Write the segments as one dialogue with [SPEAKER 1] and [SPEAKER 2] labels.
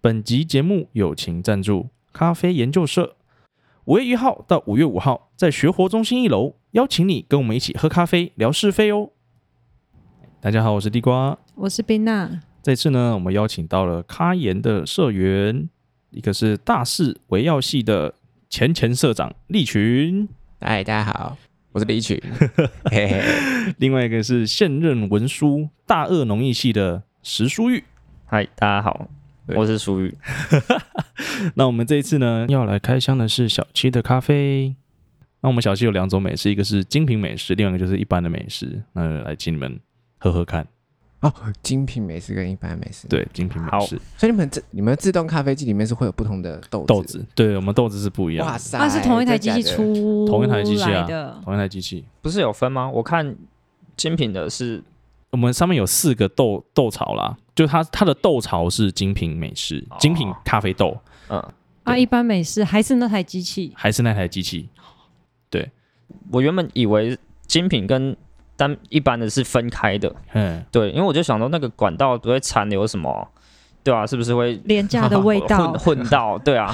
[SPEAKER 1] 本集节目友情赞助咖啡研究社。五月一号到五月五号，在学活中心一楼，邀请你跟我们一起喝咖啡，聊是非哦。大家好，我是地瓜。
[SPEAKER 2] 我是冰娜，
[SPEAKER 1] 这次呢，我们邀请到了咖研的社员，一个是大四维耀系的前前社长利群，
[SPEAKER 3] 嗨，哎大家好，我是 李曲，嘿嘿，
[SPEAKER 1] 另外一个是现任文书大二农艺系的石书玉。
[SPEAKER 4] 嗨，大家好，
[SPEAKER 3] 对
[SPEAKER 4] 我是苏玉。
[SPEAKER 1] 那我们这一次呢，要来开箱的是小七的咖啡。那我们小七有两种美食，一个是精品美食，另外一个就是一般的美食。那来请你们喝喝看，
[SPEAKER 3] 哦，精品美食跟一般美食，，
[SPEAKER 1] 对，精品美
[SPEAKER 4] 好
[SPEAKER 1] 食
[SPEAKER 3] 所以你们自你们自动咖啡机里面是会有不同的豆
[SPEAKER 1] 豆，子，对我们豆子是不一样
[SPEAKER 3] 哇
[SPEAKER 1] 的，
[SPEAKER 3] 塞，
[SPEAKER 2] 啊，是同一台机器
[SPEAKER 3] 真的假的，
[SPEAKER 2] 出
[SPEAKER 1] 同一台机器啊
[SPEAKER 2] 来的，
[SPEAKER 1] 同一台机器。
[SPEAKER 4] 不是有分吗？我看精品的是
[SPEAKER 1] 我们上面有四个豆豆槽啦，就它它的豆槽是精品美食、
[SPEAKER 4] 哦
[SPEAKER 1] 精品咖啡豆，
[SPEAKER 4] 嗯，
[SPEAKER 2] 啊，一般美式还是那台机器，
[SPEAKER 1] 还是那台机器？
[SPEAKER 4] 我原本以为精品跟单一般的是分开的，
[SPEAKER 1] 嗯，
[SPEAKER 4] 对，因为我就想到那个管道不会残留什么，对啊，是不是会
[SPEAKER 2] 廉价 的味道
[SPEAKER 4] 混，混到？对啊，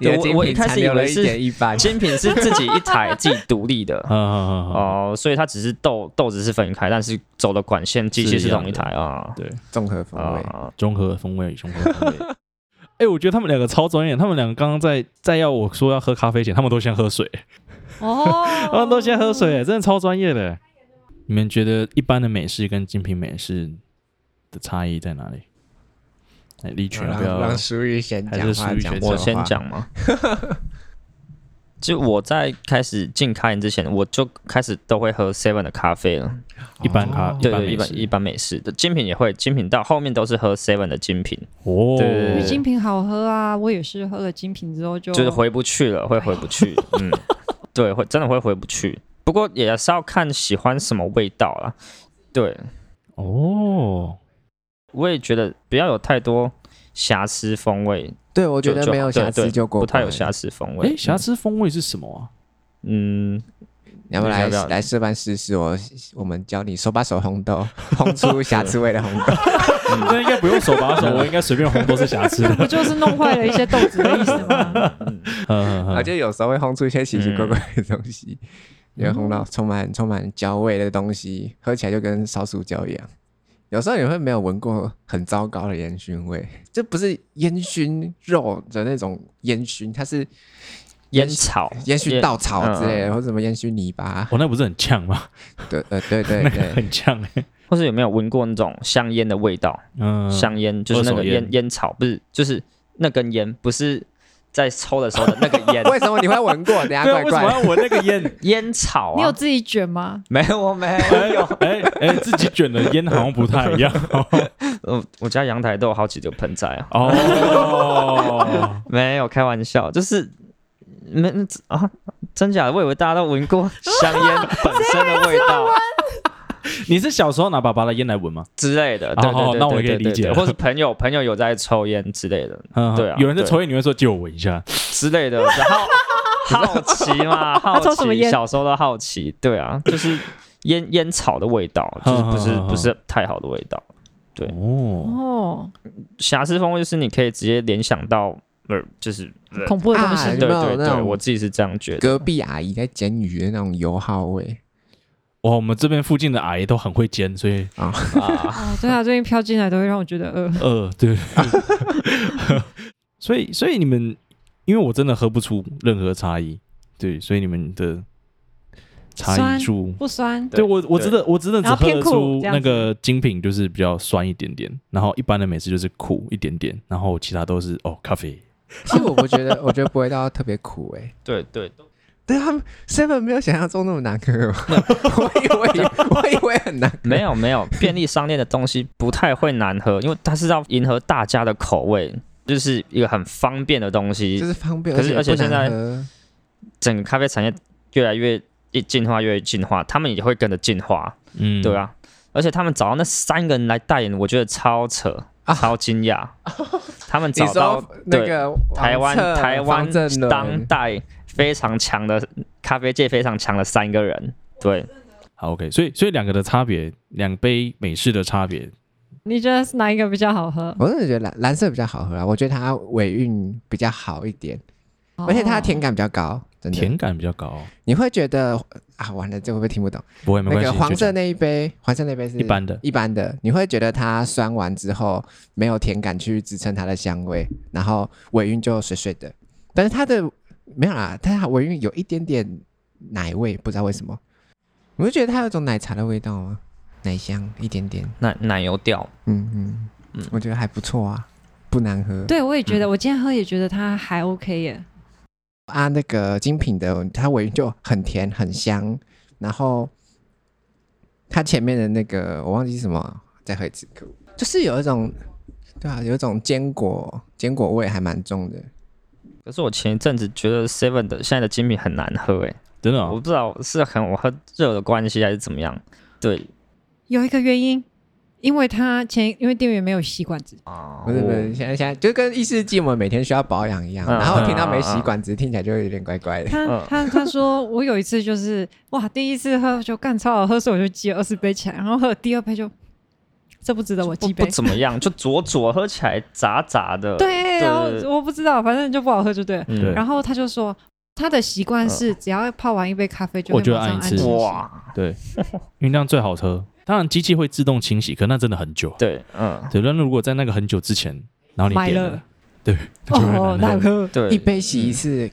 [SPEAKER 3] 你的
[SPEAKER 4] 对我
[SPEAKER 3] 精
[SPEAKER 4] 我
[SPEAKER 3] 品
[SPEAKER 4] 一开始
[SPEAKER 3] 残留
[SPEAKER 4] 以为
[SPEAKER 3] 了一
[SPEAKER 4] 是
[SPEAKER 3] 点一般，
[SPEAKER 4] 精品是自己一台自己独立的
[SPEAKER 1] 好好好好
[SPEAKER 4] 哦、所以它只是豆豆子是分开，但是走的管线机器
[SPEAKER 1] 是一
[SPEAKER 4] 是
[SPEAKER 1] 样
[SPEAKER 4] 同一台啊
[SPEAKER 1] 对，
[SPEAKER 3] 综合风味，哦
[SPEAKER 4] 啊，
[SPEAKER 1] 综合风味，综合风味。 哎、我觉得他们两个超专业，他们两个刚刚在在要我说要喝咖啡前，他们都先喝水，，
[SPEAKER 2] 哦
[SPEAKER 1] 他们都先喝水，真的超专业的。你们觉得一般的美式跟精品美式的差异在哪里？哎，利
[SPEAKER 4] 啊
[SPEAKER 1] 群要
[SPEAKER 3] 让
[SPEAKER 1] 不要？
[SPEAKER 3] 让苏玉先
[SPEAKER 1] 还是
[SPEAKER 3] 讲
[SPEAKER 1] 苏
[SPEAKER 3] 话，
[SPEAKER 1] 玉
[SPEAKER 3] 讲
[SPEAKER 1] 先
[SPEAKER 3] 话
[SPEAKER 4] 我先，讲哦嘛。 就我在开始进开之前，我就开始都会喝 Seven 的咖啡了。
[SPEAKER 1] 一般咖
[SPEAKER 3] 哦
[SPEAKER 1] 一
[SPEAKER 4] 对
[SPEAKER 1] 般
[SPEAKER 4] 对，一
[SPEAKER 1] 美式
[SPEAKER 4] 般一般美式的精品也会，精品到后面都是喝 Seven 的精品，
[SPEAKER 1] 哦，
[SPEAKER 4] 对对对
[SPEAKER 2] 精品好喝啊，我也是喝了精品之后就
[SPEAKER 4] 就是回不去了，会回不去。嗯，对，会真的会回不去。不过也是要看喜欢什么味道啦。对，
[SPEAKER 1] 哦，
[SPEAKER 4] 我也觉得不要有太多瑕疵风味，
[SPEAKER 3] 对我觉得
[SPEAKER 4] 就
[SPEAKER 3] 没有瑕
[SPEAKER 4] 对
[SPEAKER 3] 疵
[SPEAKER 4] 对
[SPEAKER 3] 就过
[SPEAKER 4] 不
[SPEAKER 3] 关，
[SPEAKER 4] 太有瑕疵风
[SPEAKER 1] 哎、
[SPEAKER 4] 味。
[SPEAKER 1] 瑕疵风味是什么啊？
[SPEAKER 4] 嗯，
[SPEAKER 3] 你要不来
[SPEAKER 4] 你要不要
[SPEAKER 3] 来示范试试？我我们教你手把手烘豆， 烘出 瑕疵味的烘豆。
[SPEAKER 1] 那应该不用手把 手，我应该随便烘都是瑕 疵的。
[SPEAKER 2] 不就是弄坏了一些豆子的意思 吗？
[SPEAKER 1] 嗯
[SPEAKER 3] 而
[SPEAKER 1] 嗯
[SPEAKER 3] 啊且有时候会烘出一些奇奇怪怪的东西，也会烘到充满充满焦味的东西，喝起来就跟烧塑胶一样。有时候也会没有闻过很糟糕的烟熏味，这不是烟熏肉的那种烟熏，它是
[SPEAKER 4] 烟草，
[SPEAKER 3] 烟熏稻草之类
[SPEAKER 4] 嗯嗯
[SPEAKER 3] 的，或者什么烟熏泥 巴。
[SPEAKER 1] 哦我、那不是很呛吗？
[SPEAKER 3] 对，呃，对对对，
[SPEAKER 1] 很呛哎、
[SPEAKER 4] 或是有没有闻过那种香烟的味道？
[SPEAKER 1] 嗯，
[SPEAKER 4] 香烟就是那
[SPEAKER 1] 二手
[SPEAKER 4] 个
[SPEAKER 1] 烟
[SPEAKER 4] 烟烟草，不是就是那根烟，不是在抽的时候的那个烟
[SPEAKER 3] 为什么你会闻过？等一 下
[SPEAKER 1] 对啊，
[SPEAKER 3] 怪
[SPEAKER 1] 为什么
[SPEAKER 3] 怪。
[SPEAKER 1] 要闻那个烟？
[SPEAKER 4] 烟草
[SPEAKER 2] 你有
[SPEAKER 4] 啊。
[SPEAKER 2] 自己卷吗？
[SPEAKER 4] 没有，我没
[SPEAKER 1] 哎
[SPEAKER 4] 有。
[SPEAKER 1] 哎哎，自己卷的烟好像不太一 样
[SPEAKER 4] 我我家阳台都有好几个盆栽啊。
[SPEAKER 1] 哦。
[SPEAKER 4] 没有开玩笑，就是没啊，真假的？我以为大家都闻过香烟本身的味道
[SPEAKER 1] 你是小时候拿爸爸的烟来闻吗？
[SPEAKER 4] 之类的。
[SPEAKER 1] 哦
[SPEAKER 4] 对对对
[SPEAKER 1] 好
[SPEAKER 4] 对
[SPEAKER 1] 那我可以
[SPEAKER 4] 对对
[SPEAKER 1] 理解
[SPEAKER 4] 对
[SPEAKER 1] 了
[SPEAKER 4] 或是朋友朋友有在抽烟之类的
[SPEAKER 1] 嗯
[SPEAKER 4] 对啊
[SPEAKER 1] 有人在抽烟，你会说借我闻一下。
[SPEAKER 4] 之类的，然 后好奇嘛，好
[SPEAKER 2] 抽什么
[SPEAKER 4] 奇，
[SPEAKER 2] 烟
[SPEAKER 4] 小时候都好奇，对啊，就是烟烟草的味道，就是不是
[SPEAKER 1] 嗯嗯嗯嗯
[SPEAKER 4] 不是太好的味道。对
[SPEAKER 1] 哦，
[SPEAKER 2] 哦，
[SPEAKER 4] 瑕疵风味就是你可以直接联想到，不是就是呃
[SPEAKER 2] 恐怖的东西
[SPEAKER 3] 啊有
[SPEAKER 4] 对
[SPEAKER 3] 没有
[SPEAKER 4] 对
[SPEAKER 3] 那
[SPEAKER 4] 对，
[SPEAKER 3] 种
[SPEAKER 4] 我自己是这样觉得。
[SPEAKER 3] 隔壁阿姨在煎鱼的那种油耗味
[SPEAKER 1] 哇，我们这边附近的阿姨都很会煎，所以
[SPEAKER 3] 啊，
[SPEAKER 4] 啊，
[SPEAKER 2] 哦，对啊，最近飘进来都会让我觉得饿。
[SPEAKER 1] 呃，对。 所以所以你们，因为我真的喝不出任何差异，对，所以你们的差
[SPEAKER 2] 酸
[SPEAKER 1] 异数。
[SPEAKER 2] 不酸，
[SPEAKER 1] 对我，我真的我真的只
[SPEAKER 2] 然后
[SPEAKER 1] 喝
[SPEAKER 2] 偏
[SPEAKER 1] 得
[SPEAKER 2] 苦
[SPEAKER 1] 出
[SPEAKER 2] 这样
[SPEAKER 1] 那
[SPEAKER 2] 子
[SPEAKER 1] 个精品就是比较酸一点点，然后一般的美式就是苦一点点，然后其他都是哦咖啡，
[SPEAKER 3] 其实我不觉得，我觉得不会到特别苦哎、
[SPEAKER 4] 对对对
[SPEAKER 3] 对他们 seven 没有想象中那么难喝吧， 我以为 我以为很难喝，
[SPEAKER 4] 没有没有，便利商店的东西不太会难喝，因为它是要迎合大家的口味，就是一个很方便的东
[SPEAKER 3] 就
[SPEAKER 4] 西。
[SPEAKER 3] 是方便，
[SPEAKER 4] 可是
[SPEAKER 3] 而
[SPEAKER 4] 而且现在
[SPEAKER 3] 不难喝
[SPEAKER 4] 整个咖啡产业越来越一进化，越来越进化，他们也会跟着进化，
[SPEAKER 1] 嗯，
[SPEAKER 4] 对啊。而且他们找到那三个人来代言，我觉得超扯，
[SPEAKER 3] 啊
[SPEAKER 4] 超惊 讶。他们
[SPEAKER 3] 你
[SPEAKER 4] 找到
[SPEAKER 3] 说那个
[SPEAKER 4] 台
[SPEAKER 3] 王
[SPEAKER 4] 湾
[SPEAKER 3] 策
[SPEAKER 4] 台湾
[SPEAKER 3] 方正伦
[SPEAKER 4] 当代非常强的咖啡界非常强的三个人，对，
[SPEAKER 1] 好，OK，所以所以两个的差别，两杯美式的差别
[SPEAKER 2] 你觉得是哪一个比较好喝？
[SPEAKER 3] 我真的觉得蓝蓝色比较好喝啊，我觉得它尾韵比较好一点，
[SPEAKER 2] 哦
[SPEAKER 3] 而且它的甜感比较高，真的。
[SPEAKER 1] 甜感比较高，
[SPEAKER 3] 你会觉得啊，完了，这会不会听不懂？
[SPEAKER 1] 不会没
[SPEAKER 3] 那
[SPEAKER 1] 关系。
[SPEAKER 3] 个黄
[SPEAKER 1] 就这
[SPEAKER 3] 色
[SPEAKER 1] 样
[SPEAKER 3] 那一杯，黄色那杯是
[SPEAKER 1] 一般的，
[SPEAKER 3] 一般的，你会觉得它酸完之后没有甜感去支撑它的香味，然后尾韵就水水的，但是它的没有啦，它尾韵有一点点奶味，不知道为什么，我就觉得它有种奶茶的味道啊，奶香一点点，
[SPEAKER 4] 奶奶油调，
[SPEAKER 3] 嗯嗯嗯
[SPEAKER 4] 嗯，
[SPEAKER 3] 我觉得还不错啊，不难喝。
[SPEAKER 2] 对，我也觉得，我今天喝也觉得它还 OK 耶。
[SPEAKER 3] 啊，那个精品的，它尾韵就很甜很香，然后它前面的那个我忘记是什么，再喝一次，可恶就是有一种，对啊，有一种坚果坚果味还蛮重的。
[SPEAKER 4] 可是我前一阵子觉得 Seven 的现在的精品很难喝、欸，
[SPEAKER 1] 真的
[SPEAKER 4] 我
[SPEAKER 3] 啊
[SPEAKER 1] 哦，
[SPEAKER 4] 不知道是很我喝热的关系还是怎么样。对
[SPEAKER 2] 有一个原因，因为它前因为店员没有吸管子，
[SPEAKER 4] 啊，
[SPEAKER 3] 不是不是，
[SPEAKER 4] 我
[SPEAKER 3] 现在现在就跟意式机我们每天需要保养一样，
[SPEAKER 4] 嗯
[SPEAKER 3] 然后听到没
[SPEAKER 4] 嗯
[SPEAKER 3] 洗
[SPEAKER 4] 嗯
[SPEAKER 3] 管子，听起来就有点怪 怪的。
[SPEAKER 2] 他
[SPEAKER 4] 嗯
[SPEAKER 2] 他他说，我有一次就是哇，第一次喝就干超好喝，所以我就记了二十杯起来，然后喝了第二杯就这不值得我
[SPEAKER 4] 不
[SPEAKER 2] 记
[SPEAKER 4] 不
[SPEAKER 2] 杯。
[SPEAKER 4] 怎么样，就浊浊，喝起来杂杂的。
[SPEAKER 2] 对，然后
[SPEAKER 4] 对
[SPEAKER 2] 我不知道，反正就不好喝就对了。
[SPEAKER 1] 对
[SPEAKER 4] 嗯，
[SPEAKER 2] 然后他就说，他的习惯是只要泡完一杯咖啡就
[SPEAKER 1] 我
[SPEAKER 2] 会
[SPEAKER 1] 就
[SPEAKER 2] 马上
[SPEAKER 1] 按一
[SPEAKER 2] 按
[SPEAKER 1] 次
[SPEAKER 2] 清洗
[SPEAKER 4] 哇，
[SPEAKER 1] 因为那样最好喝。当然机器会自动清洗，可那真的很久。
[SPEAKER 4] 对，嗯，
[SPEAKER 1] 对，那如果在那个很久之前，然后你
[SPEAKER 2] 买
[SPEAKER 1] 点
[SPEAKER 2] 了，
[SPEAKER 1] 对，那就会
[SPEAKER 2] 哦，
[SPEAKER 1] 很难
[SPEAKER 2] 难
[SPEAKER 1] 喝。
[SPEAKER 2] 喝。
[SPEAKER 4] 对，
[SPEAKER 3] 一杯洗一次，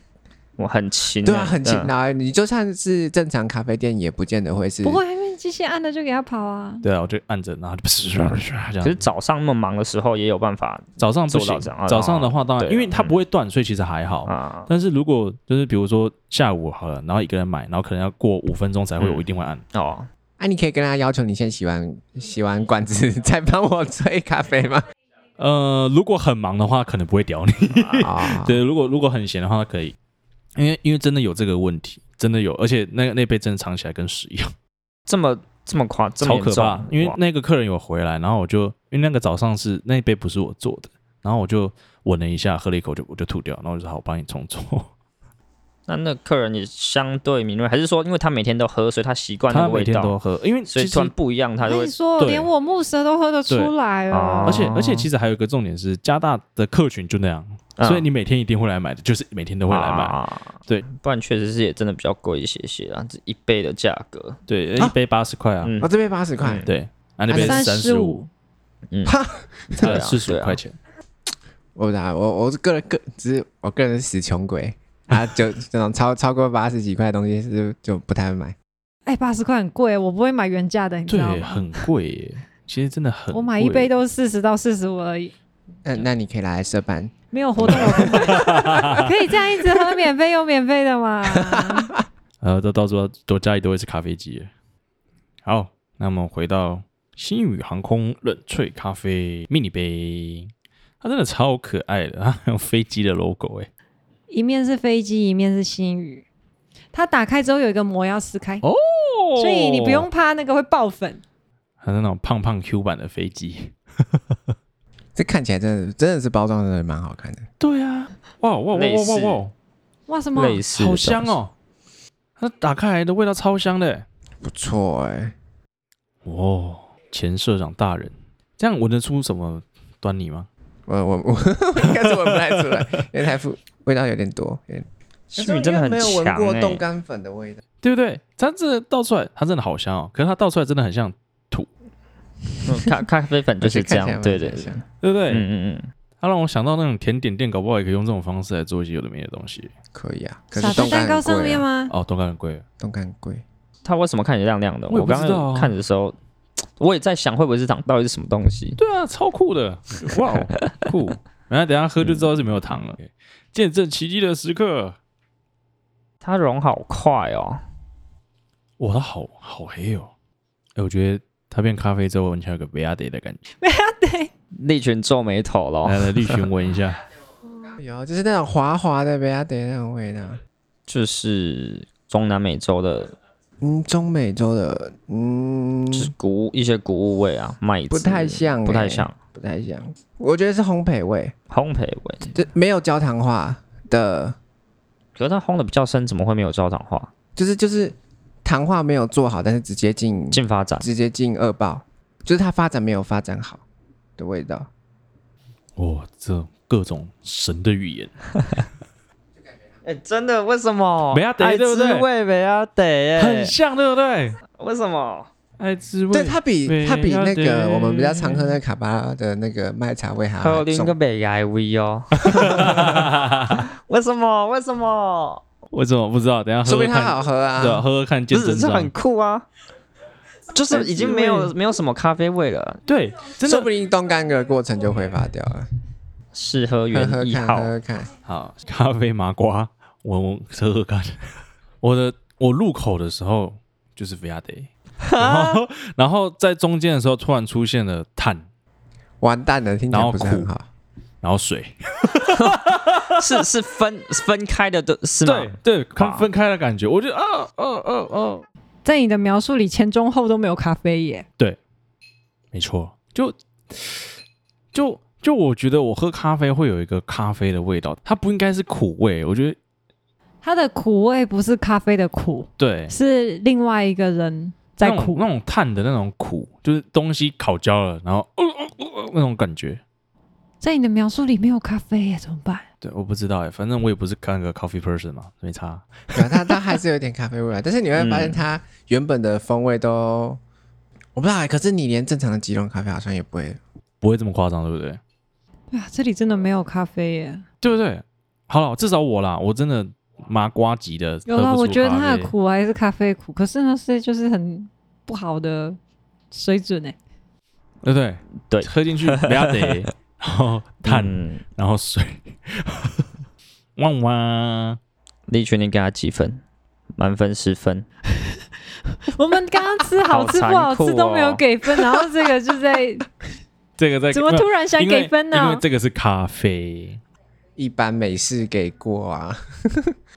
[SPEAKER 4] 我很勤欸，
[SPEAKER 3] 对啊，很勤
[SPEAKER 4] 嗯
[SPEAKER 3] 劳啊。你就算是正常咖啡店，也不见得会是
[SPEAKER 2] 不会，因为机器按了就给他跑啊。
[SPEAKER 1] 对啊，我就按着，然后就这
[SPEAKER 4] 可是
[SPEAKER 1] 样。
[SPEAKER 4] 早上那么忙的时候也有办法
[SPEAKER 1] 早上不
[SPEAKER 4] 做
[SPEAKER 1] 行
[SPEAKER 4] 到，这样。啊
[SPEAKER 1] 早上的话当然，
[SPEAKER 4] 对啊
[SPEAKER 1] 因为它不会断，所以其实还好。
[SPEAKER 4] 啊，
[SPEAKER 1] 但是如果就是比如说下午好了，然后一个人买，然后可能要过五分钟才会，
[SPEAKER 4] 嗯
[SPEAKER 1] 我一定会按。
[SPEAKER 4] 哦，
[SPEAKER 3] 啊，你可以跟他要求你先洗完洗完管子 再帮我追咖啡吗？
[SPEAKER 1] 呃，如果很忙的话，可能不会屌你。
[SPEAKER 3] 啊，
[SPEAKER 1] 对，如果如果很闲的话，可以，因为因为真的有这个问题，真的有，而且那那杯真的藏起来跟屎一样，
[SPEAKER 4] 这么这么夸，这么
[SPEAKER 1] 超
[SPEAKER 4] 严
[SPEAKER 1] 可
[SPEAKER 4] 重
[SPEAKER 1] 怕。因为
[SPEAKER 4] 哇
[SPEAKER 1] 那个客人有回来，然后我就因为那个早上是那一杯不是我做的，然后我就闻了一下，喝了一口就我就吐掉，然后我就说好，我帮你重 做。
[SPEAKER 4] 那那客人也相对敏锐，还是说因为他每天都喝，所以他习惯那
[SPEAKER 1] 他
[SPEAKER 4] 个味
[SPEAKER 1] 每天
[SPEAKER 4] 道，
[SPEAKER 1] 都喝，因为
[SPEAKER 4] 所
[SPEAKER 1] 其
[SPEAKER 4] 以
[SPEAKER 1] 实
[SPEAKER 4] 突然不一样，他就
[SPEAKER 2] 跟
[SPEAKER 4] 会
[SPEAKER 2] 你说，
[SPEAKER 1] 对啊
[SPEAKER 2] 连我木舌都喝得出来哦。
[SPEAKER 1] 而且
[SPEAKER 4] 啊
[SPEAKER 1] 而且其实还有一个重点是，加大的客群就那样，
[SPEAKER 4] 嗯
[SPEAKER 1] 哎所以你每天一定会来买的，就是每天都会来买。
[SPEAKER 4] 啊
[SPEAKER 1] 对，
[SPEAKER 4] 不然确实是也真的比较贵一些些啊，这一杯的价格，
[SPEAKER 1] 对，
[SPEAKER 3] 啊
[SPEAKER 1] 一杯八十块啊，
[SPEAKER 4] 嗯
[SPEAKER 3] 哦，这边八十块
[SPEAKER 4] 嗯，
[SPEAKER 1] 对，啊那边
[SPEAKER 3] 啊
[SPEAKER 1] 三
[SPEAKER 2] 十
[SPEAKER 1] 五，，
[SPEAKER 4] 嗯，对
[SPEAKER 1] 对，
[SPEAKER 4] 啊
[SPEAKER 1] 四十五
[SPEAKER 4] 对啊
[SPEAKER 1] 块钱。
[SPEAKER 3] 我不知道，我我是个人个只是我个人是死穷 鬼啊，就这种超超过八十几块的东西是就不太会买。
[SPEAKER 2] 哎，八十块很贵，我不会买原价的，你知道
[SPEAKER 1] 对，
[SPEAKER 2] 吗？
[SPEAKER 1] 很贵耶，其实真的很贵。
[SPEAKER 2] 我买一杯都四十到四十五而已，
[SPEAKER 3] 那
[SPEAKER 4] 嗯
[SPEAKER 3] 那你可以来社办，
[SPEAKER 2] 没有活动我不买。 可以这样一直喝免费又免费的嘛？
[SPEAKER 1] 呃，都到时候多加一多一次咖啡机了。好，那我们回到星宇航空冷萃咖啡 mini 杯，它真的超可爱的，它还有飞机的 logo 哎、
[SPEAKER 2] 一面是飞机，一面是星宇。它打开之后有一个膜要撕开，
[SPEAKER 1] 哦
[SPEAKER 2] 所以你不用，怕那个会爆粉。
[SPEAKER 1] 它是那种胖胖 Q 版的飞机。
[SPEAKER 3] 这看起来真的真的是包装真的蛮好看的。
[SPEAKER 1] 对啊，哇哇哇
[SPEAKER 4] 类
[SPEAKER 1] 哇哇
[SPEAKER 4] 似
[SPEAKER 1] 哇，
[SPEAKER 2] 哇，什么？
[SPEAKER 4] 类似
[SPEAKER 1] 好香，哦！它打开来的味道超香的欸、
[SPEAKER 3] 不错哎、
[SPEAKER 1] 哦，前社长大人，这样闻得出什么端倪吗？
[SPEAKER 3] 我我我应该是闻不太出 来，因为太复味道有点多。有点
[SPEAKER 4] 西米真的很
[SPEAKER 3] 没有闻
[SPEAKER 4] 强
[SPEAKER 3] 过
[SPEAKER 4] 哎
[SPEAKER 3] 冻干粉的味道，
[SPEAKER 1] 对不对？它真的倒出来，它真的好香哦。可是它倒出来真的很像，
[SPEAKER 4] 嗯咖咖啡粉就是
[SPEAKER 3] 而且看起
[SPEAKER 4] 这
[SPEAKER 3] 来
[SPEAKER 4] 样，
[SPEAKER 3] 蛮
[SPEAKER 4] 对对
[SPEAKER 3] 像
[SPEAKER 1] 对
[SPEAKER 4] 对，
[SPEAKER 1] 不对？
[SPEAKER 4] 嗯嗯嗯，
[SPEAKER 1] 它让我想到那种甜点店，搞不好也可以用这种方式来做一些有的没的东西。
[SPEAKER 3] 可以啊。可
[SPEAKER 2] 撒
[SPEAKER 3] 是
[SPEAKER 2] 在
[SPEAKER 3] 冻干
[SPEAKER 2] 蛋糕
[SPEAKER 3] 很
[SPEAKER 2] 上
[SPEAKER 3] 贵、
[SPEAKER 2] 面
[SPEAKER 3] 啊，
[SPEAKER 2] 吗？
[SPEAKER 1] 哦，冻干很贵，
[SPEAKER 3] 冻干很贵。
[SPEAKER 4] 它为什么看起来亮亮的？
[SPEAKER 1] 我也
[SPEAKER 4] 我
[SPEAKER 1] 不知
[SPEAKER 4] 刚
[SPEAKER 1] 道啊
[SPEAKER 4] 刚看的时候，我也在想会不会是糖到底是什么东西，
[SPEAKER 1] 对啊，超酷的，哇哦，酷！然后等一下喝就知道是没有糖了。见证奇迹的时刻，
[SPEAKER 4] 它融好快哦，
[SPEAKER 1] 哇，它好好黑哦。哎，我觉得它变咖啡之后闻起来有个 v a d 的感觉。
[SPEAKER 2] 对，
[SPEAKER 4] 利群皱眉头咯，
[SPEAKER 1] 来来，绿询闻一下。
[SPEAKER 3] 有，就是那种滑滑的呗，得那种味道。
[SPEAKER 4] 就是中南美洲的，
[SPEAKER 3] 嗯，中美洲的，嗯，
[SPEAKER 4] 就是谷物一些谷物味啊，麦子
[SPEAKER 3] 不太像欸
[SPEAKER 4] 不太像
[SPEAKER 3] 不太像。我觉得是烘焙味，
[SPEAKER 4] 烘焙味，
[SPEAKER 3] 就没有焦糖化的，
[SPEAKER 4] 可是它烘的比较深，怎么会没有焦糖化？
[SPEAKER 3] 就是就是糖
[SPEAKER 1] 嗯
[SPEAKER 3] 化没有做好，但是直接进
[SPEAKER 4] 进发展
[SPEAKER 3] 直接进恶爆，就是它发展没有发展好，的味道。
[SPEAKER 1] 哦，这各种神的语言，
[SPEAKER 4] 哎、真的为什么？
[SPEAKER 1] 美亚德
[SPEAKER 4] 爱
[SPEAKER 1] 啊对不对
[SPEAKER 4] 滋味美亚得
[SPEAKER 1] 很
[SPEAKER 4] 耶，
[SPEAKER 1] 像，对不对？
[SPEAKER 4] 为什么？
[SPEAKER 1] 爱滋味，
[SPEAKER 3] 对，它比它比那
[SPEAKER 1] 对要
[SPEAKER 3] 个
[SPEAKER 1] 得
[SPEAKER 3] 我们比较常喝那卡巴拉的那个麦茶味
[SPEAKER 1] 哎
[SPEAKER 3] 还
[SPEAKER 4] 还有
[SPEAKER 3] 要
[SPEAKER 4] 另一个
[SPEAKER 3] 重。
[SPEAKER 4] 美牙 V 哦，为什么？为什么？
[SPEAKER 1] 我怎么不知道？等一下喝
[SPEAKER 3] 说
[SPEAKER 1] 喝
[SPEAKER 3] 明它
[SPEAKER 1] 看，
[SPEAKER 3] 好喝啊！
[SPEAKER 1] 对啊，喝喝看
[SPEAKER 4] 不
[SPEAKER 1] 见
[SPEAKER 4] 是，
[SPEAKER 1] 真
[SPEAKER 4] 这
[SPEAKER 1] 章
[SPEAKER 4] 很，酷啊！哎就是已经没有没有什么咖啡味了，
[SPEAKER 1] 对，真
[SPEAKER 3] 说
[SPEAKER 1] 的
[SPEAKER 3] 不定冻干的过程就挥发掉了。
[SPEAKER 4] 适合
[SPEAKER 3] 喝
[SPEAKER 4] 原
[SPEAKER 3] 喝
[SPEAKER 4] 一
[SPEAKER 3] 看，
[SPEAKER 4] 号
[SPEAKER 3] 喝喝看。
[SPEAKER 1] 好，咖啡麻瓜，我我喝喝看。 我的我入口的时候就是 v i a d 然后然后在中间的时候突然出现了碳，
[SPEAKER 3] 完蛋了，听起
[SPEAKER 1] 然后
[SPEAKER 3] 来不是很
[SPEAKER 1] 苦
[SPEAKER 3] 好。
[SPEAKER 1] 然后水，
[SPEAKER 4] 是是分是分开的，对是吗
[SPEAKER 1] 对？对，看
[SPEAKER 4] 哇
[SPEAKER 1] 分开的感觉，我就啊啊啊啊，
[SPEAKER 2] 在你的描述里，前中后都没有咖啡耶。
[SPEAKER 1] 没错，就就就我觉得我喝咖啡会有一个咖啡的味道，它不应该是苦味，我觉得
[SPEAKER 2] 它的苦味不是咖啡的苦，
[SPEAKER 1] 对，
[SPEAKER 2] 是另外一个人在
[SPEAKER 1] 那种
[SPEAKER 2] 苦
[SPEAKER 1] 那。种碳的那种苦，就是东西烤焦了，然后、呃呃呃呃那种感觉。
[SPEAKER 2] 在你的描述里没有咖啡耶，怎么办？
[SPEAKER 1] 对，我不知道哎，反正我也不是看个 coffee person 嘛，没差。
[SPEAKER 3] 对啊，它它还是有一点咖啡味啊，但是你会发现它原本的风味都，我不知道欸。可是你连正常的吉隆咖啡好像也不会，
[SPEAKER 1] 不会这么夸张，对不对？
[SPEAKER 2] 对啊，这里真的没有咖啡耶。
[SPEAKER 1] 对不对？好了，至少我啦，我真的麻瓜级的喝不出
[SPEAKER 2] 有啦，我觉得
[SPEAKER 1] 咖
[SPEAKER 2] 它
[SPEAKER 1] 啡
[SPEAKER 2] 的苦还是咖啡苦，可是呢是就是很不好的水准哎。
[SPEAKER 1] 对不对？
[SPEAKER 4] 对
[SPEAKER 1] 喝 进去不要得，然后碳，
[SPEAKER 4] 嗯，
[SPEAKER 1] 然后水，汪汪。
[SPEAKER 4] 李群，你给他几分？满分十分，
[SPEAKER 2] 我们刚刚吃好
[SPEAKER 4] 好
[SPEAKER 2] 吃不
[SPEAKER 4] 残
[SPEAKER 2] 好吃
[SPEAKER 4] 酷
[SPEAKER 2] 都没有
[SPEAKER 4] 哦
[SPEAKER 2] 给分，然后这个就 在
[SPEAKER 1] 这个在
[SPEAKER 2] 怎么突然想
[SPEAKER 1] 因为
[SPEAKER 2] 给分
[SPEAKER 1] 因为
[SPEAKER 2] 呢？
[SPEAKER 1] 这个是咖啡，
[SPEAKER 3] 一般美式给过啊。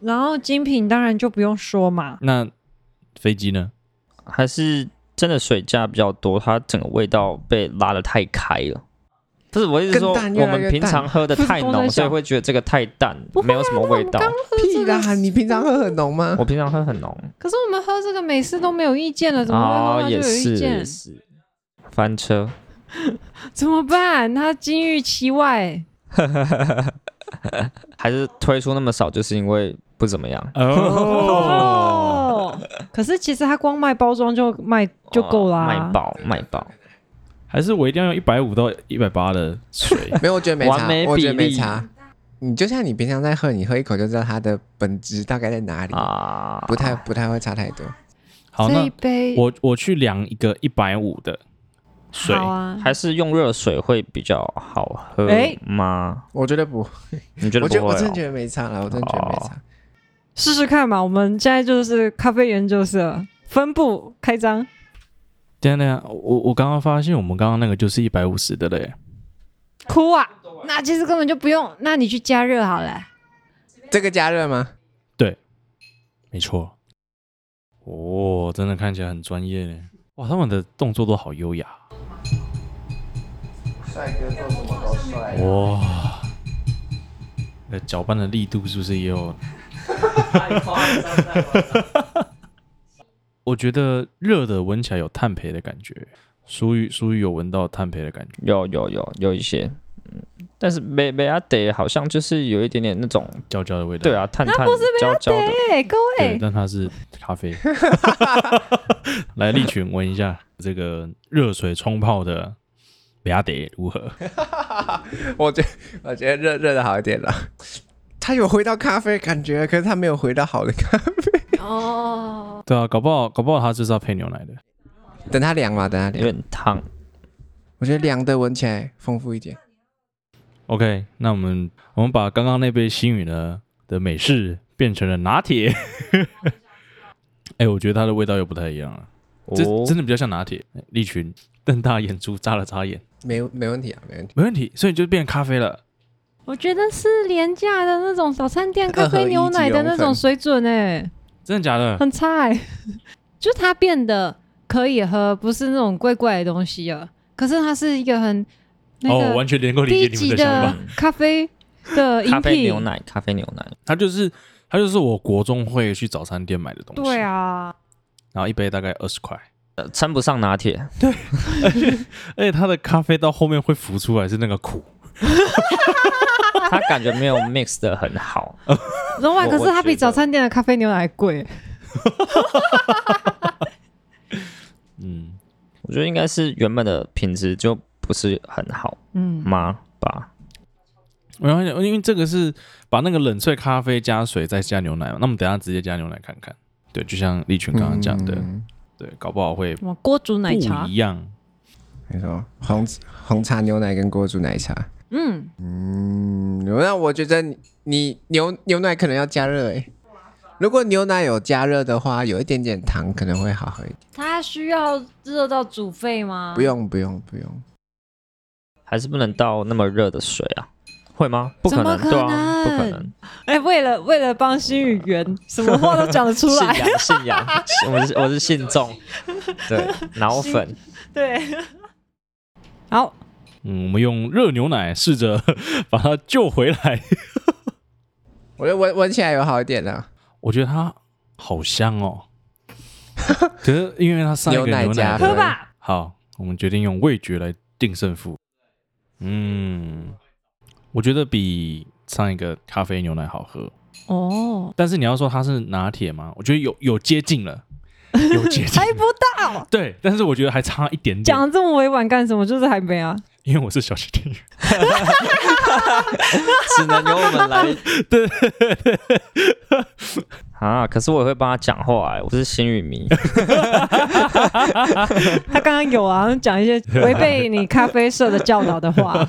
[SPEAKER 2] 然后精品当然就不用说嘛，
[SPEAKER 1] 那飞机呢？
[SPEAKER 4] 还是真的水加比较多，它整个味道被拉的太开了。不是，我意思说，
[SPEAKER 3] 更淡越
[SPEAKER 4] 我
[SPEAKER 3] 来越
[SPEAKER 4] 们平常喝的
[SPEAKER 2] 不
[SPEAKER 4] 太
[SPEAKER 2] 是我在
[SPEAKER 4] 浓，
[SPEAKER 2] 想
[SPEAKER 4] 所以会觉得这个太淡
[SPEAKER 2] 不，会啊
[SPEAKER 4] 没有什么味道
[SPEAKER 2] 那我们刚。
[SPEAKER 3] 屁啦！你平常喝很浓吗
[SPEAKER 4] 我？平常喝很浓，
[SPEAKER 2] 可是我们喝这个美式都没有意见了，怎么会喝啊
[SPEAKER 4] 哦
[SPEAKER 2] 到，就
[SPEAKER 4] 也
[SPEAKER 2] 有
[SPEAKER 4] 是
[SPEAKER 2] 意
[SPEAKER 4] 也
[SPEAKER 2] 见？
[SPEAKER 4] 是，翻车。
[SPEAKER 2] 怎么办？他金玉其外，
[SPEAKER 4] 还是推出那么少，就是因为不怎么样。
[SPEAKER 1] 哦，
[SPEAKER 2] 哦，可是其实它光卖包装就卖就够
[SPEAKER 1] 哦
[SPEAKER 2] 啦、
[SPEAKER 4] 哦卖爆卖爆，
[SPEAKER 1] 还是我一定要用一百五到一百八的水
[SPEAKER 3] 没有，我觉得没
[SPEAKER 4] 完
[SPEAKER 3] 差，
[SPEAKER 4] 美
[SPEAKER 3] 我觉得
[SPEAKER 4] 比例
[SPEAKER 3] 没差。你就像你平常在喝，你喝一口就知道它的本质大概在哪里，
[SPEAKER 4] 啊！
[SPEAKER 3] 不太不太会差太多。
[SPEAKER 1] 好，
[SPEAKER 2] 这一
[SPEAKER 1] 那
[SPEAKER 2] 杯
[SPEAKER 1] 我我去量一个一百五的水，
[SPEAKER 2] 好啊，
[SPEAKER 4] 还是用热水会比较好喝
[SPEAKER 2] 哎
[SPEAKER 4] 吗？
[SPEAKER 3] 我觉得不，
[SPEAKER 4] 你觉得
[SPEAKER 3] 我
[SPEAKER 4] 不
[SPEAKER 3] 觉
[SPEAKER 4] 会哦？
[SPEAKER 3] 得我真的觉得没差了，我真的觉得没差。
[SPEAKER 2] 试试看嘛。我们现在就是咖啡研究社分部开张，
[SPEAKER 1] 等一下等一下，我我刚刚发现我们刚刚那个就是一百五十的嘞，
[SPEAKER 2] 哭啊！那其实根本就不用，那你去加热好了。
[SPEAKER 3] 这个加热吗？
[SPEAKER 1] 没错。哦，真的看起来很专业嘞，哇，他们的动作都好优雅，
[SPEAKER 3] 帅哥做什么都帅啊
[SPEAKER 1] 哇，那搅拌的力度是不是也有？ 我觉得热的闻起来有炭焙的感觉，苏玉苏玉有闻到炭焙的感觉，
[SPEAKER 4] 有有有有一些，嗯，但是贝贝阿得好像就是有一点点那种，
[SPEAKER 1] 焦焦的味道。
[SPEAKER 4] 对啊，炭炭焦焦的，
[SPEAKER 2] 哎、各
[SPEAKER 1] 对，
[SPEAKER 2] 位，
[SPEAKER 1] 但它是咖啡。来，利群闻一下这个热水冲泡的俩得如何？
[SPEAKER 3] 我觉我觉得热热的好一点了。它有回到咖啡的感觉，啊可是它没有回到好的咖啡。
[SPEAKER 2] 哦，
[SPEAKER 1] 对啊，搞不好搞不好它就是要配牛奶的。
[SPEAKER 3] 等它凉嘛，等它
[SPEAKER 4] 有
[SPEAKER 3] 凉。
[SPEAKER 4] 点烫。
[SPEAKER 3] 我觉得凉的闻起来丰富一点。
[SPEAKER 1] OK，那我们我们把刚刚那杯星宇呢的美式变成了拿铁。哎、我觉得它的味道又不太一样了，这、
[SPEAKER 4] 哦
[SPEAKER 1] 真的比较像拿铁。利群瞪大眼珠，眨了眨眼，
[SPEAKER 3] 没没问题啊，没问题。
[SPEAKER 1] 没问题，所以就变咖啡了。
[SPEAKER 2] 我觉得是廉价的那种早餐店咖
[SPEAKER 3] 二合
[SPEAKER 2] 啡
[SPEAKER 3] 一
[SPEAKER 2] 牛奶的那
[SPEAKER 3] 即溶
[SPEAKER 2] 种
[SPEAKER 3] 粉
[SPEAKER 2] 水准哎、
[SPEAKER 1] 真的假的？
[SPEAKER 2] 很差哎、 就它变得可以喝，不是那种怪怪的东西了。可是它是一个很那
[SPEAKER 1] 哦，我
[SPEAKER 2] 个
[SPEAKER 1] 完全能够理
[SPEAKER 2] 低
[SPEAKER 1] 解你
[SPEAKER 2] 级
[SPEAKER 1] 们的想
[SPEAKER 2] 的
[SPEAKER 1] 法。
[SPEAKER 2] 咖啡的饮
[SPEAKER 4] 咖啡牛
[SPEAKER 2] 品。
[SPEAKER 4] 奶，咖啡牛奶，
[SPEAKER 1] 它就是它就是我国中会去早餐店买的东西。
[SPEAKER 2] 对啊，
[SPEAKER 1] 然后一杯大概二十块，
[SPEAKER 4] 呃称不上 拿铁，
[SPEAKER 1] 而且它的咖啡到后面会浮出来是那个苦，
[SPEAKER 4] 它感觉没有 mix 的很好。
[SPEAKER 2] 龙碗
[SPEAKER 4] 我
[SPEAKER 2] 可是
[SPEAKER 4] 我
[SPEAKER 2] 它
[SPEAKER 4] 觉
[SPEAKER 2] 比
[SPEAKER 4] 得
[SPEAKER 2] 早餐店的咖啡牛奶还贵。
[SPEAKER 1] 嗯，
[SPEAKER 4] 我觉得应该是原本的品质就不是很好
[SPEAKER 2] 嗯，
[SPEAKER 4] 吗？吧，
[SPEAKER 1] 然后因为这个是把那个冷萃咖啡加水再加牛奶嘛，那我们等一下直接加牛奶看看。对，就像立群刚刚讲的，
[SPEAKER 3] 嗯
[SPEAKER 1] 对，搞不好会
[SPEAKER 2] 什么锅煮奶
[SPEAKER 1] 不
[SPEAKER 2] 茶？
[SPEAKER 1] 一样。
[SPEAKER 3] 没错，红红茶牛奶跟锅煮奶茶。
[SPEAKER 2] 嗯，
[SPEAKER 3] 嗯，那我觉得你你牛牛奶可能要加热哎、如果牛奶有加热的话，有一点点糖可能会好喝一点。
[SPEAKER 2] 它需要热到煮沸吗？
[SPEAKER 3] 不，用不用不用，
[SPEAKER 4] 还是不能倒那么热的水啊？会吗？不可
[SPEAKER 2] 怎
[SPEAKER 4] 能，
[SPEAKER 2] 么可
[SPEAKER 4] 对啊，不可
[SPEAKER 2] 能
[SPEAKER 4] 能。
[SPEAKER 2] 哎，为了为了帮新宇 圆，什么话都讲得出
[SPEAKER 4] 信
[SPEAKER 2] 来。
[SPEAKER 4] 仰，信仰，我是我是信众，对，脑粉，
[SPEAKER 2] 对， 好，
[SPEAKER 1] 嗯，我们用热牛奶试着 把它救回 来。
[SPEAKER 3] 我觉得闻闻起来有好一点啊啦。
[SPEAKER 1] 我觉得它好香哦，可是因为它上一个
[SPEAKER 3] 牛奶
[SPEAKER 1] 牛奶
[SPEAKER 3] 加
[SPEAKER 1] 的
[SPEAKER 2] 喝吧。
[SPEAKER 1] 好，我们决定用味觉来定胜负。嗯，我觉得比上一个咖啡牛奶好喝，
[SPEAKER 2] 哦，
[SPEAKER 1] 但是你要说它是拿铁吗？我觉得有有接近 了，有接近
[SPEAKER 2] 猜。不到，
[SPEAKER 1] 对，但是我觉得还差一点
[SPEAKER 2] 哎讲
[SPEAKER 1] 点，
[SPEAKER 2] 得这么委婉干什么？就是还没啊。
[SPEAKER 1] 因为我是小吃店员。
[SPEAKER 4] 只能由我们来，对 啊，可是我也会帮他讲话、哎，我是新宇迷，
[SPEAKER 2] 他刚刚 有啊，讲一些违背你咖啡社的教导的话。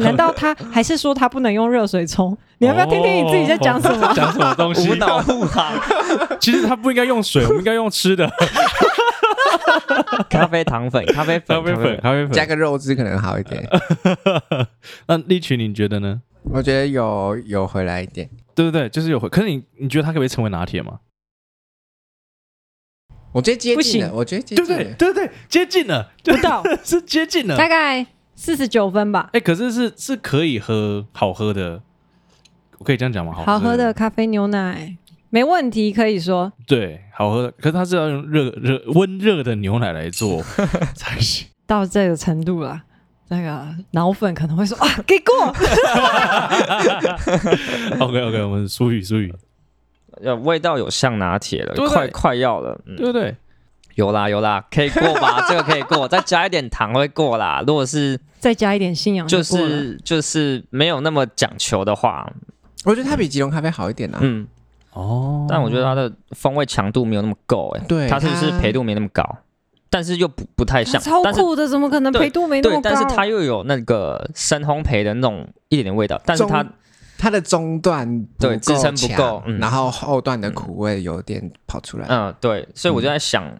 [SPEAKER 2] 难道他还是说他不能用热水冲？你要不要听听你自己在讲什么？
[SPEAKER 1] 哦？讲什么东西
[SPEAKER 4] 无？脑护航，
[SPEAKER 1] 其实它不应该用水，我们应该用吃的
[SPEAKER 4] 咖啡糖粉，咖啡粉，
[SPEAKER 1] 咖啡粉，咖啡
[SPEAKER 3] 加
[SPEAKER 1] 粉。
[SPEAKER 3] 个肉汁可能好一点，
[SPEAKER 1] 那立群你觉得呢？
[SPEAKER 3] 我觉得有有回来一点。
[SPEAKER 1] 对不对？就是有回，可是你你觉得它可不可以成为拿铁吗？
[SPEAKER 3] 我觉得接
[SPEAKER 2] 不
[SPEAKER 3] 近了，
[SPEAKER 2] 行
[SPEAKER 3] 我觉得接
[SPEAKER 1] 对不
[SPEAKER 3] 近了。
[SPEAKER 1] 对？对不对？接近了，
[SPEAKER 2] 不 到，
[SPEAKER 1] 是接近了。
[SPEAKER 2] 大概四十九分吧。
[SPEAKER 1] 哎、可是是是可以喝好喝的，我可以这样讲吗？好
[SPEAKER 2] 好喝的，咖啡牛奶没问题，可以说
[SPEAKER 1] 对，好喝的。可是它是要用热热温热的牛奶来做 才行。
[SPEAKER 2] 到这个程度了。那个脑粉可能会说啊，给过，
[SPEAKER 1] OK OK，我们苏语苏语，
[SPEAKER 4] 呃，味道有像拿铁了
[SPEAKER 1] 对，不对
[SPEAKER 4] 快快要了，嗯，
[SPEAKER 1] 对不对？
[SPEAKER 4] 有啦有啦，可以过吧，这个可以过，再加一点糖会过啦。如果是
[SPEAKER 2] 再加一点信仰
[SPEAKER 4] 就
[SPEAKER 2] 过了
[SPEAKER 4] 是就是没有那么讲求的话，
[SPEAKER 3] 我觉得它比吉隆咖啡好一点啊啦。
[SPEAKER 4] 嗯，
[SPEAKER 1] 哦，
[SPEAKER 4] 但我觉得它的风味强度没有那么够，哎，
[SPEAKER 3] 对
[SPEAKER 4] 它是不是
[SPEAKER 3] 它
[SPEAKER 4] 培度没那么高？但是又不不太像，
[SPEAKER 2] 啊超
[SPEAKER 4] 但是
[SPEAKER 2] 酷的，怎么可能
[SPEAKER 4] 对
[SPEAKER 2] 陪度没那
[SPEAKER 4] 对
[SPEAKER 2] 么，高？
[SPEAKER 4] 但是它又有那个深烘焙的那种一点点味道，但是它
[SPEAKER 3] 中它的中段不
[SPEAKER 4] 对支撑不
[SPEAKER 3] 强
[SPEAKER 4] 够嗯
[SPEAKER 3] 然后后段的苦味有点跑出来。
[SPEAKER 4] 嗯对，所以我就在想，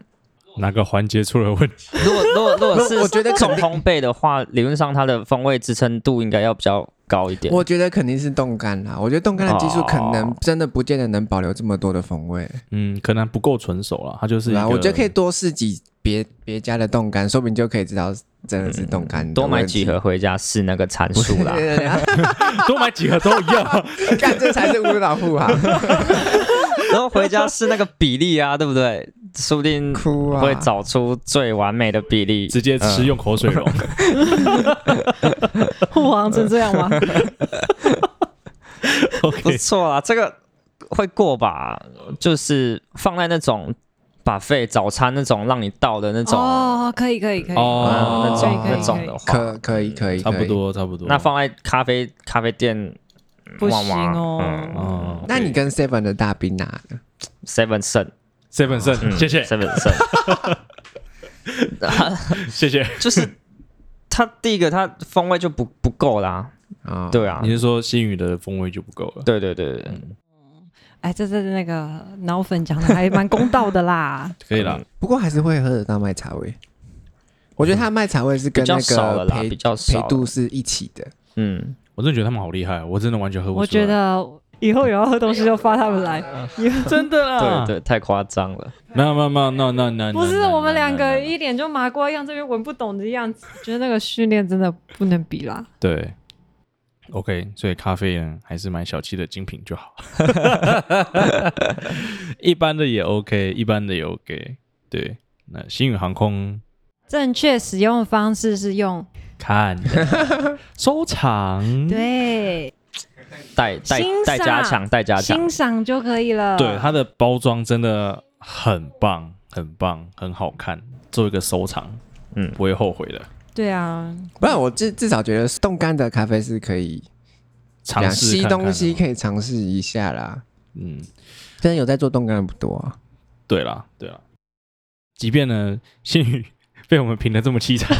[SPEAKER 1] 哪个环节出了问题？
[SPEAKER 4] 如果如果如果是
[SPEAKER 3] 我觉得
[SPEAKER 4] 重
[SPEAKER 3] 肯定
[SPEAKER 4] 烘焙的话，理论上它的风味支撑度应该要比较高一点。
[SPEAKER 3] 我觉得肯定是冻干啦，我觉得冻干的技术可能
[SPEAKER 4] 哦
[SPEAKER 3] 真的不见得能保留这么多的风味。
[SPEAKER 1] 嗯，可能不够成熟了，它就是一
[SPEAKER 3] 对啊，
[SPEAKER 1] 个
[SPEAKER 3] 我觉得可以多试几别别家的冻干，说不定就可以知道真的是冻干、
[SPEAKER 4] 嗯多买几盒。回家试那个参数啦。
[SPEAKER 3] 对啊，
[SPEAKER 1] 多买几盒都一样。
[SPEAKER 3] 干这才是无脑护航，
[SPEAKER 4] 然后回家试那个比例啊，对不对？说不定
[SPEAKER 3] 哭 啊！
[SPEAKER 4] 会找出最完美的比例。
[SPEAKER 1] 直接吃用口水溶，
[SPEAKER 2] 护航成这样 吗？
[SPEAKER 4] 不
[SPEAKER 1] OK，
[SPEAKER 4] 错啦，这个会过吧？就是放在那种把费早餐那种让你倒的那种，
[SPEAKER 2] 哦，可以可以可以，
[SPEAKER 4] 嗯
[SPEAKER 1] 哦
[SPEAKER 4] 那种
[SPEAKER 2] 可以可以
[SPEAKER 4] 那种的话
[SPEAKER 3] 可，可以可以，
[SPEAKER 1] 差
[SPEAKER 3] 可
[SPEAKER 1] 不
[SPEAKER 3] 以。
[SPEAKER 1] 多差不多。
[SPEAKER 4] 那放在咖啡咖啡店
[SPEAKER 2] 不
[SPEAKER 4] 哇
[SPEAKER 2] 行
[SPEAKER 4] 哇嗯
[SPEAKER 2] 哦。
[SPEAKER 1] 哦，
[SPEAKER 3] 那你跟 Seven 的大冰拿呢？
[SPEAKER 4] Seven 胜，
[SPEAKER 1] seven
[SPEAKER 4] 嗯
[SPEAKER 1] 胜，谢谢
[SPEAKER 4] Seven 胜，
[SPEAKER 1] 谢谢。
[SPEAKER 4] 就是它第一个它风味就不不够啦，
[SPEAKER 3] 啊、
[SPEAKER 4] 对啊
[SPEAKER 1] 你，是说新宇的风味就不够了？
[SPEAKER 4] 对对对对对，
[SPEAKER 3] 嗯
[SPEAKER 2] 哎，这是那个脑粉讲的还蛮公道的 啦。
[SPEAKER 1] 可以啦
[SPEAKER 4] 嗯，
[SPEAKER 3] 不过还是会喝得到麦茶味。我觉得它的麦茶味是
[SPEAKER 4] 比
[SPEAKER 3] 跟
[SPEAKER 4] 较
[SPEAKER 3] 那
[SPEAKER 4] 少了
[SPEAKER 3] 个
[SPEAKER 4] 啦，
[SPEAKER 3] 培
[SPEAKER 4] 比较
[SPEAKER 3] 培
[SPEAKER 4] 少了，
[SPEAKER 3] 度是一起的。
[SPEAKER 4] 嗯，
[SPEAKER 1] 我真的觉得他们好厉害，我真的完全喝不出来。
[SPEAKER 2] 我觉得以后有要喝东西就发他们来， 以后
[SPEAKER 1] 真的啊
[SPEAKER 3] 啊
[SPEAKER 4] 对，对，太夸张了。
[SPEAKER 1] 没有没有没有，no no no，
[SPEAKER 2] 不是我们两个一脸就麻瓜样，这边闻不懂的样子，觉得那个训练真的不能比啦。
[SPEAKER 4] 嗯
[SPEAKER 1] 对。OK，所以咖啡呢，还是买小七的精品就 好，一般的也 OK，一般的也 OK。对，那星宇航空
[SPEAKER 2] 正确使用方式是用
[SPEAKER 1] 看收藏，
[SPEAKER 4] 嗯
[SPEAKER 2] 对
[SPEAKER 4] 带带
[SPEAKER 2] 欣赏
[SPEAKER 4] 带加强，带加强，
[SPEAKER 2] 欣赏就可以了。
[SPEAKER 1] 对，它的包装真的很棒，很棒，很好看，做一个收藏，
[SPEAKER 4] 嗯
[SPEAKER 1] 不会后悔的。
[SPEAKER 2] 对啊，
[SPEAKER 3] 不然我至至少觉得冻干的咖啡是可以
[SPEAKER 1] 尝试
[SPEAKER 3] 吸
[SPEAKER 1] 看看
[SPEAKER 3] 东西
[SPEAKER 1] 哦
[SPEAKER 3] 可以尝试一下啦。
[SPEAKER 1] 嗯，
[SPEAKER 3] 现在有在做冻干的不多啊，
[SPEAKER 1] 对啦，对啦。即便呢，信宇 被我们评的这么凄惨，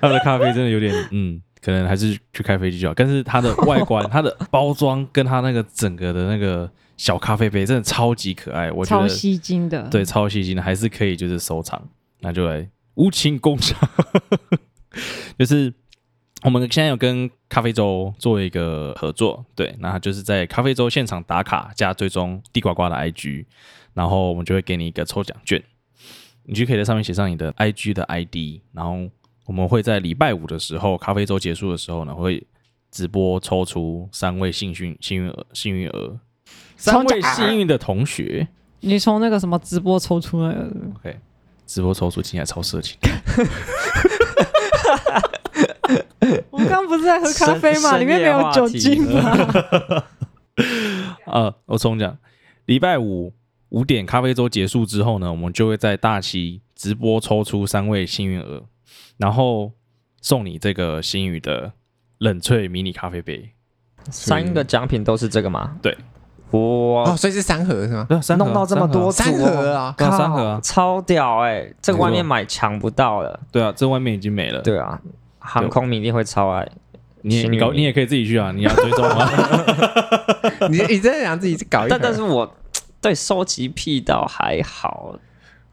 [SPEAKER 1] 他们的咖啡真的有点，嗯，可能还是去开飞机就好。但是它的外观、它的包装跟它那个整个的那个小咖啡杯，真的超级可爱。我觉
[SPEAKER 2] 超
[SPEAKER 1] 得
[SPEAKER 2] 吸睛的。
[SPEAKER 1] 对，超吸睛的，还是可以就是收藏。那就来无情工厂， 就是我们现在有跟咖啡周做一个合作，对，那就是在咖啡周现场打卡加追踪地瓜瓜的 IG，然后我们就会给你一个抽奖券，你就可以在上面写上你的 IG 的 ID，然后我们会在礼拜五的时候，咖啡周结束的时候呢，会直播抽出三位幸运幸运儿幸运儿，三
[SPEAKER 2] 抽奖
[SPEAKER 1] 位幸运的同学。
[SPEAKER 2] 你从那个什么直播抽出来的，
[SPEAKER 1] OK，直播抽出听起来超色情。
[SPEAKER 2] 我刚刚不是在喝咖啡嘛，
[SPEAKER 4] 深
[SPEAKER 2] 里面没有酒精嘛。
[SPEAKER 1] 呃，我重讲，礼拜五五点咖啡周结束之后呢，我们就会在大溪直播抽出三位幸运儿，然后送你这个新宇的冷萃迷你咖啡杯。
[SPEAKER 4] 三个奖品都是这个吗？
[SPEAKER 1] 对，
[SPEAKER 4] 哇
[SPEAKER 3] 哦，，所以是三盒是 吗？
[SPEAKER 1] 对啊，三盒啊
[SPEAKER 4] 弄到这么多，
[SPEAKER 3] 三盒啊，
[SPEAKER 1] 对啊三盒啊
[SPEAKER 4] 超屌哎、这个
[SPEAKER 1] 没错
[SPEAKER 4] 外面买抢不到了。
[SPEAKER 1] 对啊，这外面已经没了。
[SPEAKER 4] 对啊，航空迷一定会超爱。
[SPEAKER 1] 你也
[SPEAKER 4] 幸
[SPEAKER 1] 你
[SPEAKER 4] 运
[SPEAKER 1] 搞
[SPEAKER 4] 迷
[SPEAKER 1] 你也可以自己去啊，你要追踪啊。
[SPEAKER 3] 你你真的想自己搞一盒？
[SPEAKER 4] 但但是我对收集癖倒还好，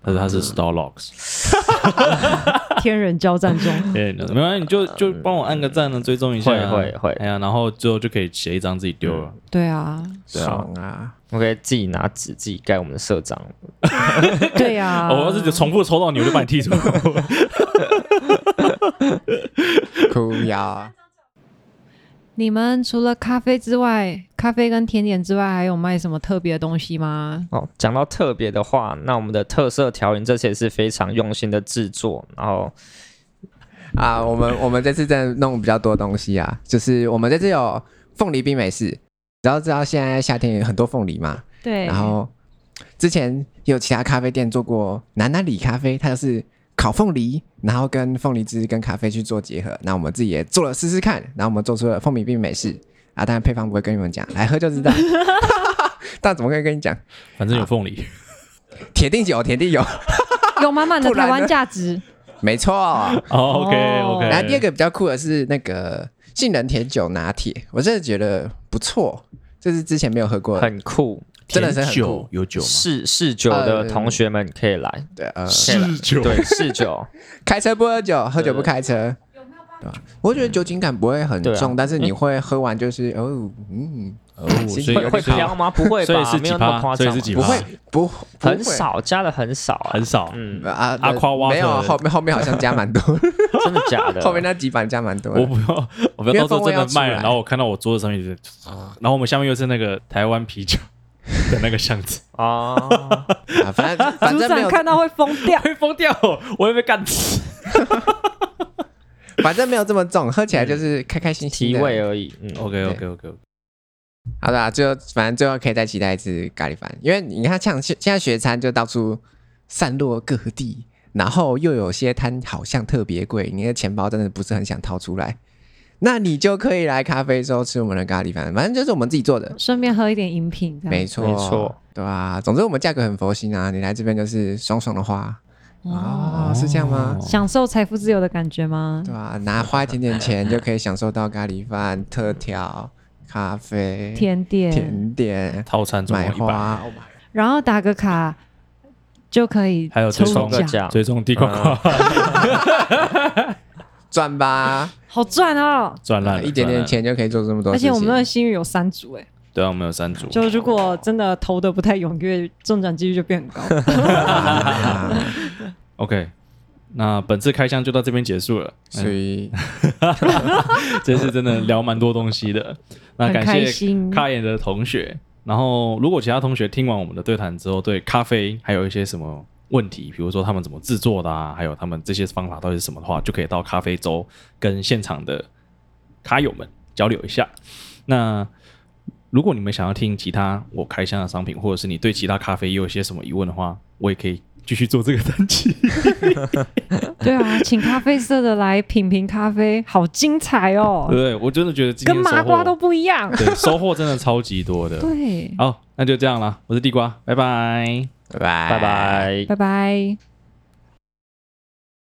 [SPEAKER 1] 但是它是 Star Locks，
[SPEAKER 2] 天人交战中，
[SPEAKER 1] 对，没关系，你就就帮我按个赞呢，追踪一下啊。
[SPEAKER 4] 会会会
[SPEAKER 1] 哎呀，然后最后就可以写一张自己丢了。
[SPEAKER 2] 对啊，
[SPEAKER 1] 对啊
[SPEAKER 3] 爽啊！
[SPEAKER 4] 我可以自己拿纸自己盖我们的社长。
[SPEAKER 2] 对 啊。
[SPEAKER 1] 哦我要是重复抽到你，我就把你剔除。
[SPEAKER 3] 哭呀！
[SPEAKER 2] 你们除了咖啡之外，咖啡跟甜点之外，还有卖什么特别的东西吗？
[SPEAKER 4] 哦，讲到特别的话，那我们的特色调饮这些是非常用心的制作，然后
[SPEAKER 3] 啊，我们我们这次真的弄比较多东西啊，就是我们这次有凤梨冰美式，然后知道现在夏天有很多凤梨嘛，
[SPEAKER 2] 对，
[SPEAKER 3] 然后之前有其他咖啡店做过南南里咖啡，它就是烤凤梨，然后跟凤梨汁跟咖啡去做结合，那我们自己也做了试试看，然后我们做出了凤梨冰美式啊，当然配方不会跟你们讲，来 喝就知道，但怎么可以跟你讲？
[SPEAKER 1] 反正有凤梨，
[SPEAKER 3] 铁定有，铁定有，
[SPEAKER 2] 有满满的
[SPEAKER 3] 不然
[SPEAKER 2] 台
[SPEAKER 3] 呢
[SPEAKER 2] 湾价值。
[SPEAKER 3] 没错。
[SPEAKER 1] 哦，OK
[SPEAKER 2] 哦
[SPEAKER 1] OK。
[SPEAKER 3] 然后第二个比较酷的是那个杏仁甜酒拿铁，我真的觉得不错，这是之前没有喝过的。
[SPEAKER 4] 很酷。
[SPEAKER 3] 真的是
[SPEAKER 1] 甜
[SPEAKER 3] 很
[SPEAKER 1] 酒
[SPEAKER 3] 酷
[SPEAKER 1] 有酒吗？
[SPEAKER 4] 试试酒的
[SPEAKER 3] 呃
[SPEAKER 4] 同学们可以来，
[SPEAKER 3] 对，呃，
[SPEAKER 1] 试酒
[SPEAKER 4] 对试酒，
[SPEAKER 3] 开车不喝酒，喝酒不开车。对吧？我觉得酒精感不会很
[SPEAKER 4] 对啊
[SPEAKER 3] 重，但是你会喝完就是哦，嗯，
[SPEAKER 1] 哦，
[SPEAKER 3] 所以
[SPEAKER 1] 所以
[SPEAKER 4] 会会
[SPEAKER 1] 所以
[SPEAKER 4] 飘吗？不会
[SPEAKER 1] 所以
[SPEAKER 4] 吧
[SPEAKER 1] 是，
[SPEAKER 4] 没
[SPEAKER 1] 几
[SPEAKER 4] 有那么
[SPEAKER 1] 趴，
[SPEAKER 4] 夸
[SPEAKER 1] 所以
[SPEAKER 4] 张
[SPEAKER 1] 是
[SPEAKER 4] 吧，
[SPEAKER 1] 几趴，
[SPEAKER 3] 不会，不不会
[SPEAKER 4] 很少，加的很少啊，
[SPEAKER 1] 很少。
[SPEAKER 4] 嗯，
[SPEAKER 3] 啊。
[SPEAKER 1] 阿夸挖
[SPEAKER 3] 没有，
[SPEAKER 1] 出来
[SPEAKER 3] 后面后面好像加蛮多，
[SPEAKER 4] 真的 假的？
[SPEAKER 3] 后面那几版加蛮多的。
[SPEAKER 1] 我不要，我不要到时候真
[SPEAKER 3] 因为风味要
[SPEAKER 1] 的
[SPEAKER 3] 出
[SPEAKER 1] 卖了，
[SPEAKER 3] 来啊
[SPEAKER 1] 然后我看到我桌子上面就是，然后我们下面又是那个台湾啤酒的那个箱 子，
[SPEAKER 4] 哦，
[SPEAKER 3] 啊反正反
[SPEAKER 2] 组
[SPEAKER 3] 正没
[SPEAKER 2] 长
[SPEAKER 3] 有，
[SPEAKER 2] 看到会疯掉。
[SPEAKER 1] 会疯掉，我会被干死。
[SPEAKER 3] 反正没有这么重，喝起来就是开开心心
[SPEAKER 4] 提
[SPEAKER 3] 的。
[SPEAKER 4] 味而已，嗯，
[SPEAKER 1] OK OK OK，
[SPEAKER 3] 好的、啊，最后反正最后可以再期待一次咖喱饭，因为你看像现现在学餐就到处散落各地，然后又有些摊好像特别贵，你的钱包真的不是很想掏出来，那你就可以来咖啡周吃我们的咖喱饭，反正就是我们自己做的，
[SPEAKER 2] 顺便喝一点饮品，这样
[SPEAKER 3] 没错
[SPEAKER 4] 没错，
[SPEAKER 3] 对啊，总之我们价格很佛心啊，你来这边就是爽爽的花啊、
[SPEAKER 2] 哦
[SPEAKER 3] 是这样吗？
[SPEAKER 1] 哦
[SPEAKER 2] 享受财富自由的感觉吗？
[SPEAKER 3] 对啊，拿花一点点钱就可以享受到咖喱饭、特调、咖啡、
[SPEAKER 2] 甜点，
[SPEAKER 3] 甜点、
[SPEAKER 1] 套餐总
[SPEAKER 3] 买
[SPEAKER 1] 共一百，
[SPEAKER 3] 花。
[SPEAKER 2] 然后打个卡就可以
[SPEAKER 1] 还有
[SPEAKER 2] 抽
[SPEAKER 1] 最爽
[SPEAKER 4] 个
[SPEAKER 1] 的
[SPEAKER 2] 奖，
[SPEAKER 4] 奖，
[SPEAKER 1] 最终地瓜
[SPEAKER 3] 啊
[SPEAKER 1] 瓜
[SPEAKER 3] 赚吧，
[SPEAKER 2] 好赚哦！
[SPEAKER 1] 赚 烂了，
[SPEAKER 3] 一点
[SPEAKER 1] 赚
[SPEAKER 3] 点
[SPEAKER 1] 烂了。
[SPEAKER 3] 钱就可以做这么多
[SPEAKER 2] 而
[SPEAKER 3] 事情。
[SPEAKER 2] 且我们的幸运有三组哎，
[SPEAKER 1] 对啊，我们有三组，
[SPEAKER 2] 就如果真的投的不太踊跃，中奖几率就变很高。
[SPEAKER 3] 啊
[SPEAKER 1] OK。那本次开箱就到这边结束了，
[SPEAKER 3] 所以
[SPEAKER 1] 这次真的聊蛮多东西的。那
[SPEAKER 2] 很
[SPEAKER 1] 感
[SPEAKER 2] 开
[SPEAKER 1] 谢
[SPEAKER 2] 心，
[SPEAKER 1] 卡眼的同学，然后如果其他同学听完我们的对谈之后，对咖啡还有一些什么问题，比如说他们怎么制作的啊，还有他们这些方法到底是什么的话，就可以到咖啡周跟现场的咖友们交流一下。那如果你们想要听其他我开箱的商品，或者是你对其他咖啡也有一些什么疑问的话，我也可以继续做这个单 期。
[SPEAKER 2] 对啊，请咖啡色的来品评咖啡，好精彩哦，
[SPEAKER 1] 对，我真的觉得呃今天
[SPEAKER 2] 跟麻
[SPEAKER 1] 收
[SPEAKER 2] 瓜都
[SPEAKER 1] 获
[SPEAKER 2] 不一样。
[SPEAKER 1] 对收获真的超级多 的。
[SPEAKER 2] 对，
[SPEAKER 1] 好，那就这样了，我是地瓜，拜拜。
[SPEAKER 3] 拜拜
[SPEAKER 4] 拜拜。
[SPEAKER 2] 拜拜。